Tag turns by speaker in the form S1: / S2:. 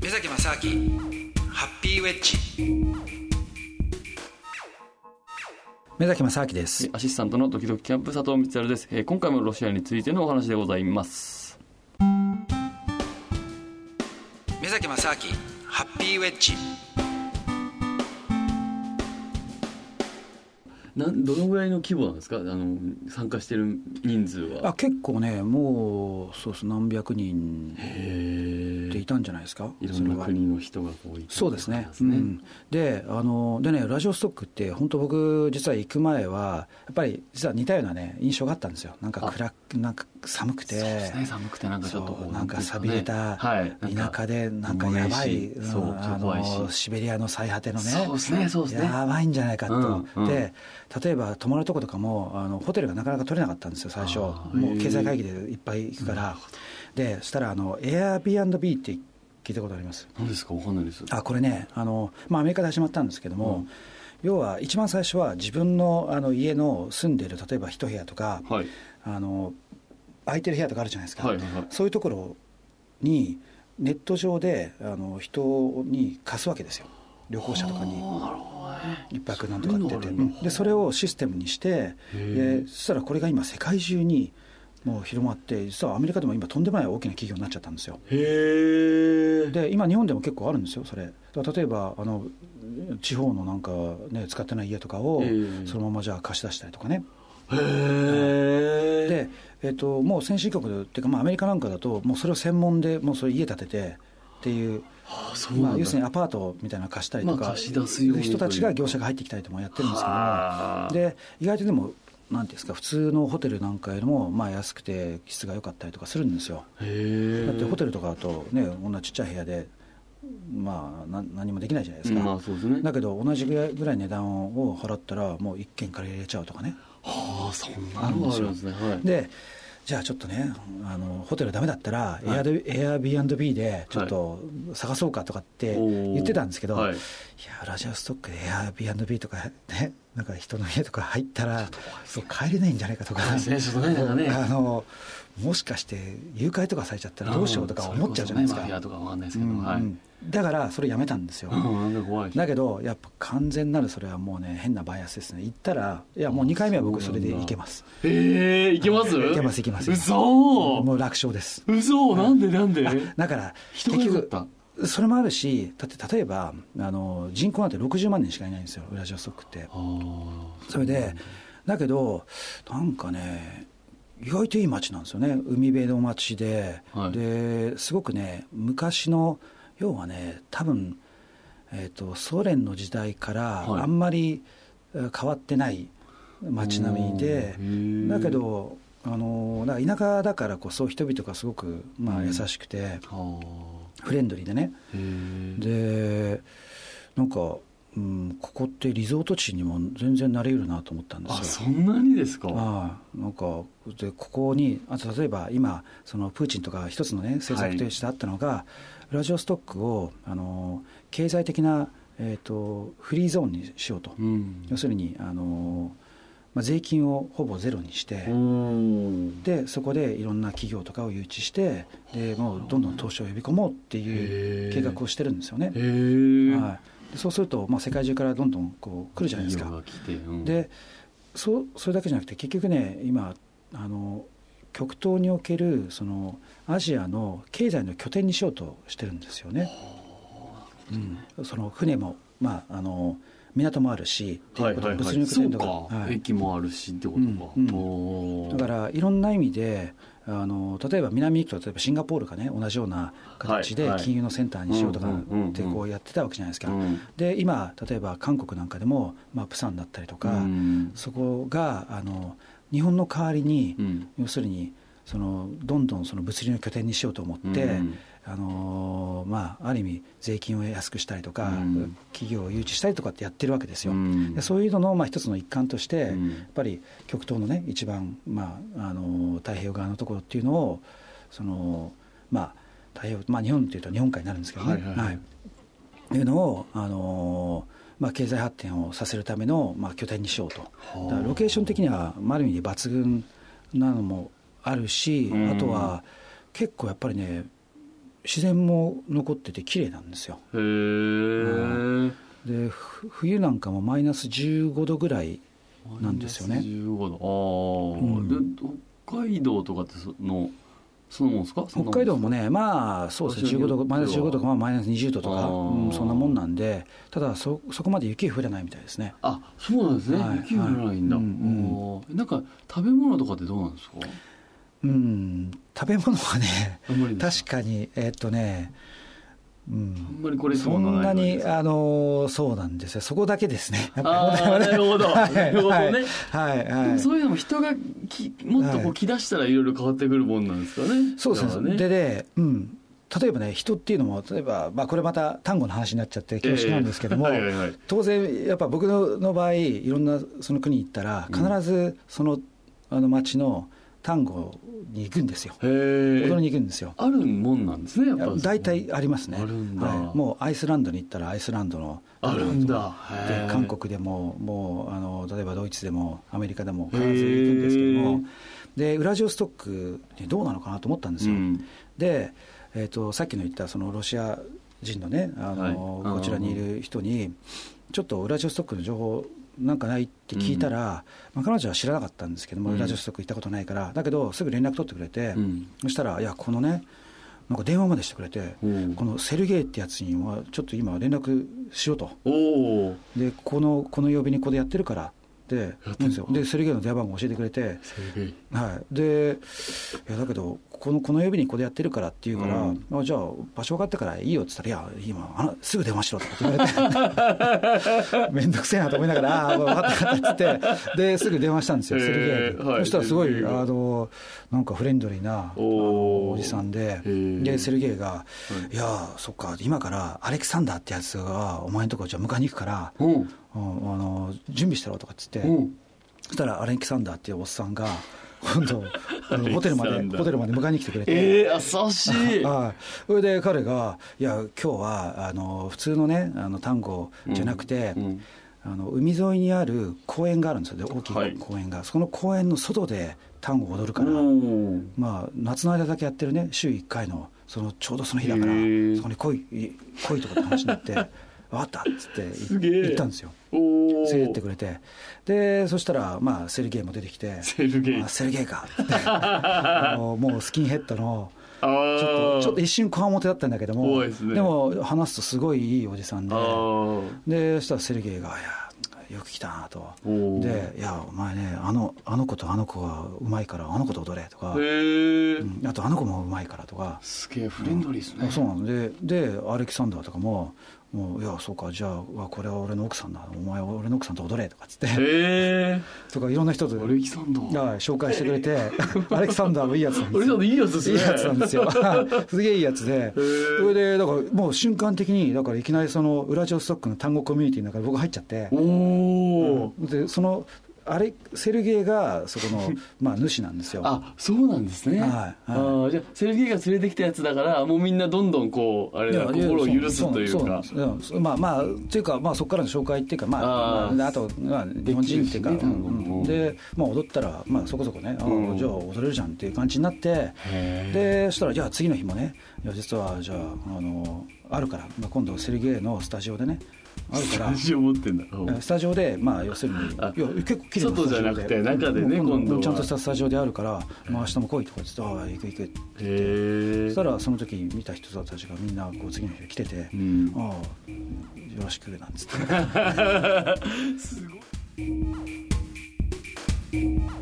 S1: 目崎正明ハッピーウェッジ目崎正明です
S2: アシスタントのドキドキキャンプ佐藤光です、えー今回もロシアについてのお話でございます
S1: 目崎正明ハッピーウェッジ
S2: なんどのぐらいの規模なんですかあの参加してる人数
S1: あ
S2: は
S1: 結構ねもうそうです何百人
S2: へ
S1: って
S2: え
S1: いたんじゃないですか
S2: いろ
S1: それ
S2: んな
S1: は
S2: 国の人がこういた
S1: そうですね
S2: ん
S1: うん、であのでねラジオストックって本当僕実は行く前はやっぱり実は似たようなね印象があったんですよなんか暗くなんか寒くて
S2: そうですね寒くてなんかちょっとこ
S1: そううなんか
S2: てい
S1: 寂れ
S2: う
S1: た
S2: はいなん
S1: 田
S2: か
S1: 舎でなんかやばい、
S2: 物悲しいそう
S1: うん
S2: ちょ
S1: あ
S2: っと怖いし
S1: のシベリアの最果てのね
S2: そうですねそうですね
S1: やばいんじゃないかと、
S2: うんうん
S1: で例えば泊まるとことかもあのホテルがなかなか取れなかったんですよ最初
S2: あー
S1: もう経済
S2: へー
S1: 会議でいっぱい行くから、でそしたらあの Airbnb って聞いたことあります
S2: 何ですかわかんないです
S1: あこれねあの、まあ、アメリカで始まったんですけども、
S2: うん
S1: 要は一番最初は自分のあの家の住んでる例えば一部屋とか、
S2: はい
S1: あの空いてる部屋とかあるじゃないですか、
S2: はいはいはい
S1: そういうところにネット上であの人に貸すわけですよ旅行者とかに
S2: あーなるほどね
S1: 一泊なんとかって言って
S2: そういううのあるの
S1: んでそれをシステムにして
S2: へ
S1: でそしたらこれが今世界中にもう広まって実はアメリカでも今とんでもない大きな企業になっちゃったんですよ
S2: へえ
S1: で今日本でも結構あるんですよそれだから例えばあの地方のなんかね使ってない家とかを
S2: うん
S1: そのままじゃあ貸し出したりとかね
S2: へえ
S1: で、えっともう先進国っていうか、まあ、アメリカなんかだともうそれを専門でもうそれ家建ててっていう
S2: あそうなんだ
S1: まあ、要するにアパートみたいなの貸したりと
S2: まあ
S1: か
S2: 貸し出すようにという
S1: 人たちが業者が入ってきたりともやってるんですけど
S2: はあ
S1: もで意外とでもなんていうんですか普通のホテルなんかよりもまあ安くて質が良かったりとかするんですよ
S2: へえ
S1: だってホテルとかだとねこんなちっちゃい部屋でまあな何もできないじゃないですか、
S2: まあそうですね
S1: だけど同じぐらいぐらい値段を払ったらもう一軒借りれちゃうとかね
S2: はあそんなのがあるんですねはい
S1: でじゃあちょっとねあのホテルダメだったら、エアエア Airbnb でちょっと探そうかとかって
S2: おー
S1: 言ってたんですけど、
S2: はい
S1: い、やラジオストックでエア Airbnb とかねなんか人の家とか入ったらそう帰れないんじゃないかとか
S2: そうですねちょっとねなんか ね
S1: あのもしかして誘拐とかされちゃったらどうしようとか思っちゃうじゃないですか
S2: それこそねマフィアとかわかんないですけ
S1: う
S2: ど、
S1: ん
S2: は
S1: う
S2: い、うん
S1: だからそれやめたんですよ、
S2: ん、なんか怖い
S1: だけどやっぱ完全なるそれはもうね変なバイアスですね行ったらいやもう2回目は僕それで行けます
S2: えー、いけます
S1: いけますいけます
S2: 嘘
S1: もう楽勝です
S2: 嘘なんでなんで
S1: だから
S2: 人が良かった
S1: それもあるしだって例えばあの人口なんて60万人しかいないんですよウラジオストックって
S2: あー
S1: それでだけどなんかね意外といい街なんですよね海辺の街で、
S2: はい
S1: ですごくね昔の要はね多分、えー、とソ連の時代から
S2: はい
S1: あんまりえー変わってない街並みで、
S2: おーへー
S1: だけどあのだから田舎だからこそ人々がすごく、まあ、優しくて、
S2: あー
S1: フレンドリーでね
S2: へー
S1: でなんか、うん、ここってリゾート地にも全然なり得るなと思ったんですよ
S2: あそんなにですか
S1: ああなんかでここにあと例えば今そのプーチンとか一つのね政策としてあったのが、ウラジオストックをあの経済的な、えー、とフリーゾーンにしようと、
S2: うん
S1: 要するにあの、まあ、税金をほぼゼロにして、
S2: うん
S1: でそこでいろんな企業とかを誘致してでもうどんどん投資を呼び込もうってい
S2: へ
S1: う
S2: ー
S1: 計画をしてるんですよね
S2: へ。え、
S1: はい、でそうすると、まあ、世界中からどんどんこう来るじゃないです
S2: 企業
S1: か
S2: が。来て、うん、
S1: でそうそれだけじゃなくて結局ね今あの極東におけるそのアジアの経済の拠点にしようとしてるんですよね。うん、その船も、まあ、あの港もあるしって
S2: はいいう
S1: こと
S2: はいは
S1: 物
S2: い
S1: 流拠
S2: そう
S1: 点と
S2: か、
S1: かはい
S2: 駅もあるしってことか、
S1: うんうん
S2: おー
S1: だからいろんな意味であの例えば南行くと例えばシンガポールがね同じような形
S2: は
S1: で
S2: いはい
S1: 金融のセンターにしようとか
S2: うんうんうんうん
S1: ってこうやってたわけじゃないですか、
S2: うん
S1: で今例えば韓国なんかでも、まあ、プサンだったりとか、
S2: うん
S1: そこがあの日本の代わりに、
S2: うん
S1: 要するにそのどんどんその物流の拠点にしようと思って、
S2: うん
S1: あのまあ、ある意味税金を安くしたりとか、
S2: うん
S1: 企業を誘致したりとかってやってるわけですよ、
S2: うん
S1: でそういうのの、まあ、一つの一環として、
S2: うん
S1: やっぱり極東のね一番、まあ、あの太平洋側のところっていうのをその、まあ、太平洋、まあ、日本っていうと日本海になるんですけどね。
S2: はいはいはい
S1: っていうのを、あのまあ、経済発展をさせるための、まあ、拠点にしようと
S2: あ、
S1: だからロケーション的には、まあある意味で抜群なのもあるし
S2: う、ん
S1: あとは結構やっぱりね、自然も残ってて綺麗なんですよ
S2: へえ。
S1: でふ冬なんかもマイナス15度ぐらいなんですよね
S2: 15度。ああ、
S1: うん
S2: で北海道とかってそのそのもんですか？そんな
S1: 北
S2: ん
S1: 海道もねまあそうですね15度マイナス15度かまあマイナス20度と
S2: あ
S1: か、
S2: ー
S1: うんそんなもんなんでただそそこまで雪降らないみたいですね
S2: あ、そうなんですね。
S1: はい
S2: 雪降らないんだ。
S1: はいうんうん
S2: おーなんか食べ物とかってどうなんですか？
S1: うん食べ物はね
S2: あんまりです
S1: 確かにえっとねう
S2: あ
S1: ん
S2: んまりこれ
S1: そんな
S2: と
S1: に
S2: かがい
S1: あのそうなんですよそこだけですねやっぱ
S2: あ
S1: り
S2: ーなるほど、
S1: はい
S2: なるほどね、
S1: はいはい
S2: でもそういうのも人がきもっとこ
S1: は
S2: う
S1: い
S2: 来だしたらいろいろ変わってくるもんなんですかね
S1: そうです
S2: だから
S1: ねででうん例えばね人っていうのも例えば、まあ、これまた単語の話になっちゃって恐縮なんですけども、
S2: ええはいはいはい
S1: 当然やっぱ僕のの場合いろんなその国行ったら
S2: うん
S1: 必ずその,、あの町の単語に行くんですよ
S2: へ
S1: 踊り
S2: え
S1: に行くんですよ
S2: あるもんなんですねやっぱ
S1: 大体ありますね
S2: あるんだ
S1: はい、もうアイスランドに行ったらアイスランドの
S2: あるんだへ
S1: で
S2: え
S1: 韓国でももうあの例えばドイツでもアメリカでも必ず行くんですけどもでウラジオストックにどうなのかなと思ったんですよ、
S2: うん
S1: で、えー、とさっきの言ったそのロシア人のねあの、
S2: はい
S1: こちらにいる人にちょっとウラジオストックの情報なんかないって聞いたら、まあ、彼女は知らなかったんですけども、
S2: うん
S1: ウラジオストック行ったことないからだけどすぐ連絡取ってくれて、
S2: うん
S1: そしたらいやこのねなんか電話までしてくれて、
S2: うん
S1: このセルゲイってやつにはちょっと今連絡しようと
S2: おお
S1: でこのこの曜日にここでやってるからって言うんですよでセルゲイの電話番号教えてくれて
S2: すげえ
S1: はい、でいやだけどこのこの指にここでやってるからって言うから、
S2: うん
S1: あじゃあ場所分かったからいいよって言ったら「いや今あのすぐ電話しろ」とかって言われて 面倒くせえなと思いながら「ああ分かった分かった」っつってですぐ電話したんですよ
S2: へえ
S1: セルゲイに、
S2: はい
S1: そしたらすご
S2: セル
S1: い
S2: ゲイが
S1: あのなんかフレンドリーなあ
S2: お
S1: の
S2: ー
S1: おじさんで
S2: へえ
S1: でセルゲイが「
S2: い
S1: いやーそっか今からアレクサンダーってやつがお前のとこじゃあ迎えに行くから、
S2: うん
S1: うんあの準備してろ」とかっつって。
S2: うん
S1: そしたらアレキサンダーっていうおっさん が今度あのホテルま
S2: アレキサン
S1: で
S2: ダー
S1: ホテルまで迎えに来てくれて。
S2: ええ優しい
S1: はいそれで彼が「いや今日はあの普通のねあの単語じゃなくて、
S2: うんうん
S1: あの海沿いにある公園があるんですよで大き
S2: はい
S1: い公園が、その公園の外で単語を踊るから、
S2: おー
S1: まあ、夏の間だけやってるね週1回のそのちょうどその日だから
S2: へー
S1: そこに来いい来いとかって話になって「 分かった」っつってい
S2: すげえ
S1: 行ったんですよ。
S2: おお
S1: 連れてってくれてでそしたら、まあ、セルゲイも出てきて
S2: セルゲイ
S1: あセルゲイかって あのもうスキンヘッドの
S2: あー
S1: ちょっとちょっと一瞬こわもてだったんだけども
S2: 怖いですね
S1: も話すとすごいいいおじさんで
S2: あー
S1: でそしたらセルゲイが「いやよく来たな」と「
S2: おー
S1: でいやお前ねあのあの子とあの子がうまいからあの子と踊れ」とか、
S2: へえ
S1: うんあとあの子もうまいから」とか。
S2: すげえフレンドリーですね
S1: あそうなのででアレキサンダーとかも「もういやそうかじゃあうわこれは俺の奥さんだお前は俺の奥さんと踊れ」とかっつって
S2: へえ
S1: とかいろんな人と、
S2: アレキサンダー
S1: はい、紹介してくれて、 アレキサンダーもいいやつなん
S2: ア
S1: で
S2: レ
S1: す
S2: キサン
S1: よ
S2: ダー。いいやつです
S1: いい
S2: ね
S1: やつなんです よ。すげえいいやつで。
S2: ー
S1: それで、だからもう瞬間的に、だからいきなりそのウラジオストックの単語コミュニティの中に僕入っちゃって、
S2: おお
S1: で、その、あれ、セルゲイがそこ の、まあ、主なんですよ。
S2: あそうなんですね
S1: はいはい
S2: あーじゃあセルゲイが連れてきたやつだからもうみんなどんどんこうあれだ
S1: いや
S2: 心を許すという
S1: そな
S2: か
S1: んですうんそうまあまあっていうかまあそこからの紹介っていうかまあ
S2: あ
S1: あ,、
S2: ー
S1: まあ、あと、まあ、日本人っていうか、
S2: でき
S1: う
S2: るしね
S1: んうん
S2: うん
S1: で、まあ、踊ったらまあそこそこねあ
S2: うん
S1: ーじゃあ踊れるじゃんっていう感じになって
S2: へー
S1: でそしたらじゃあ次の日もねいや実はじゃああのあるから、まあ、今度セルゲイのスタジオでねあるから
S2: 私思ってんだ
S1: えースタジオで、まあ、要するに、い
S2: あ
S1: や、結構綺麗なスタジ
S2: 外
S1: オで
S2: じゃなくて中でね
S1: うん
S2: 今度は
S1: ちゃんとしたスタジオであるから、まあ、明日も来いとか言って、ああ、行く行くって言
S2: へ
S1: って、そ
S2: え
S1: したらその時見た人たちがみんなこう次の日来てて、
S2: うん
S1: ああよろしくなんつって
S2: すごい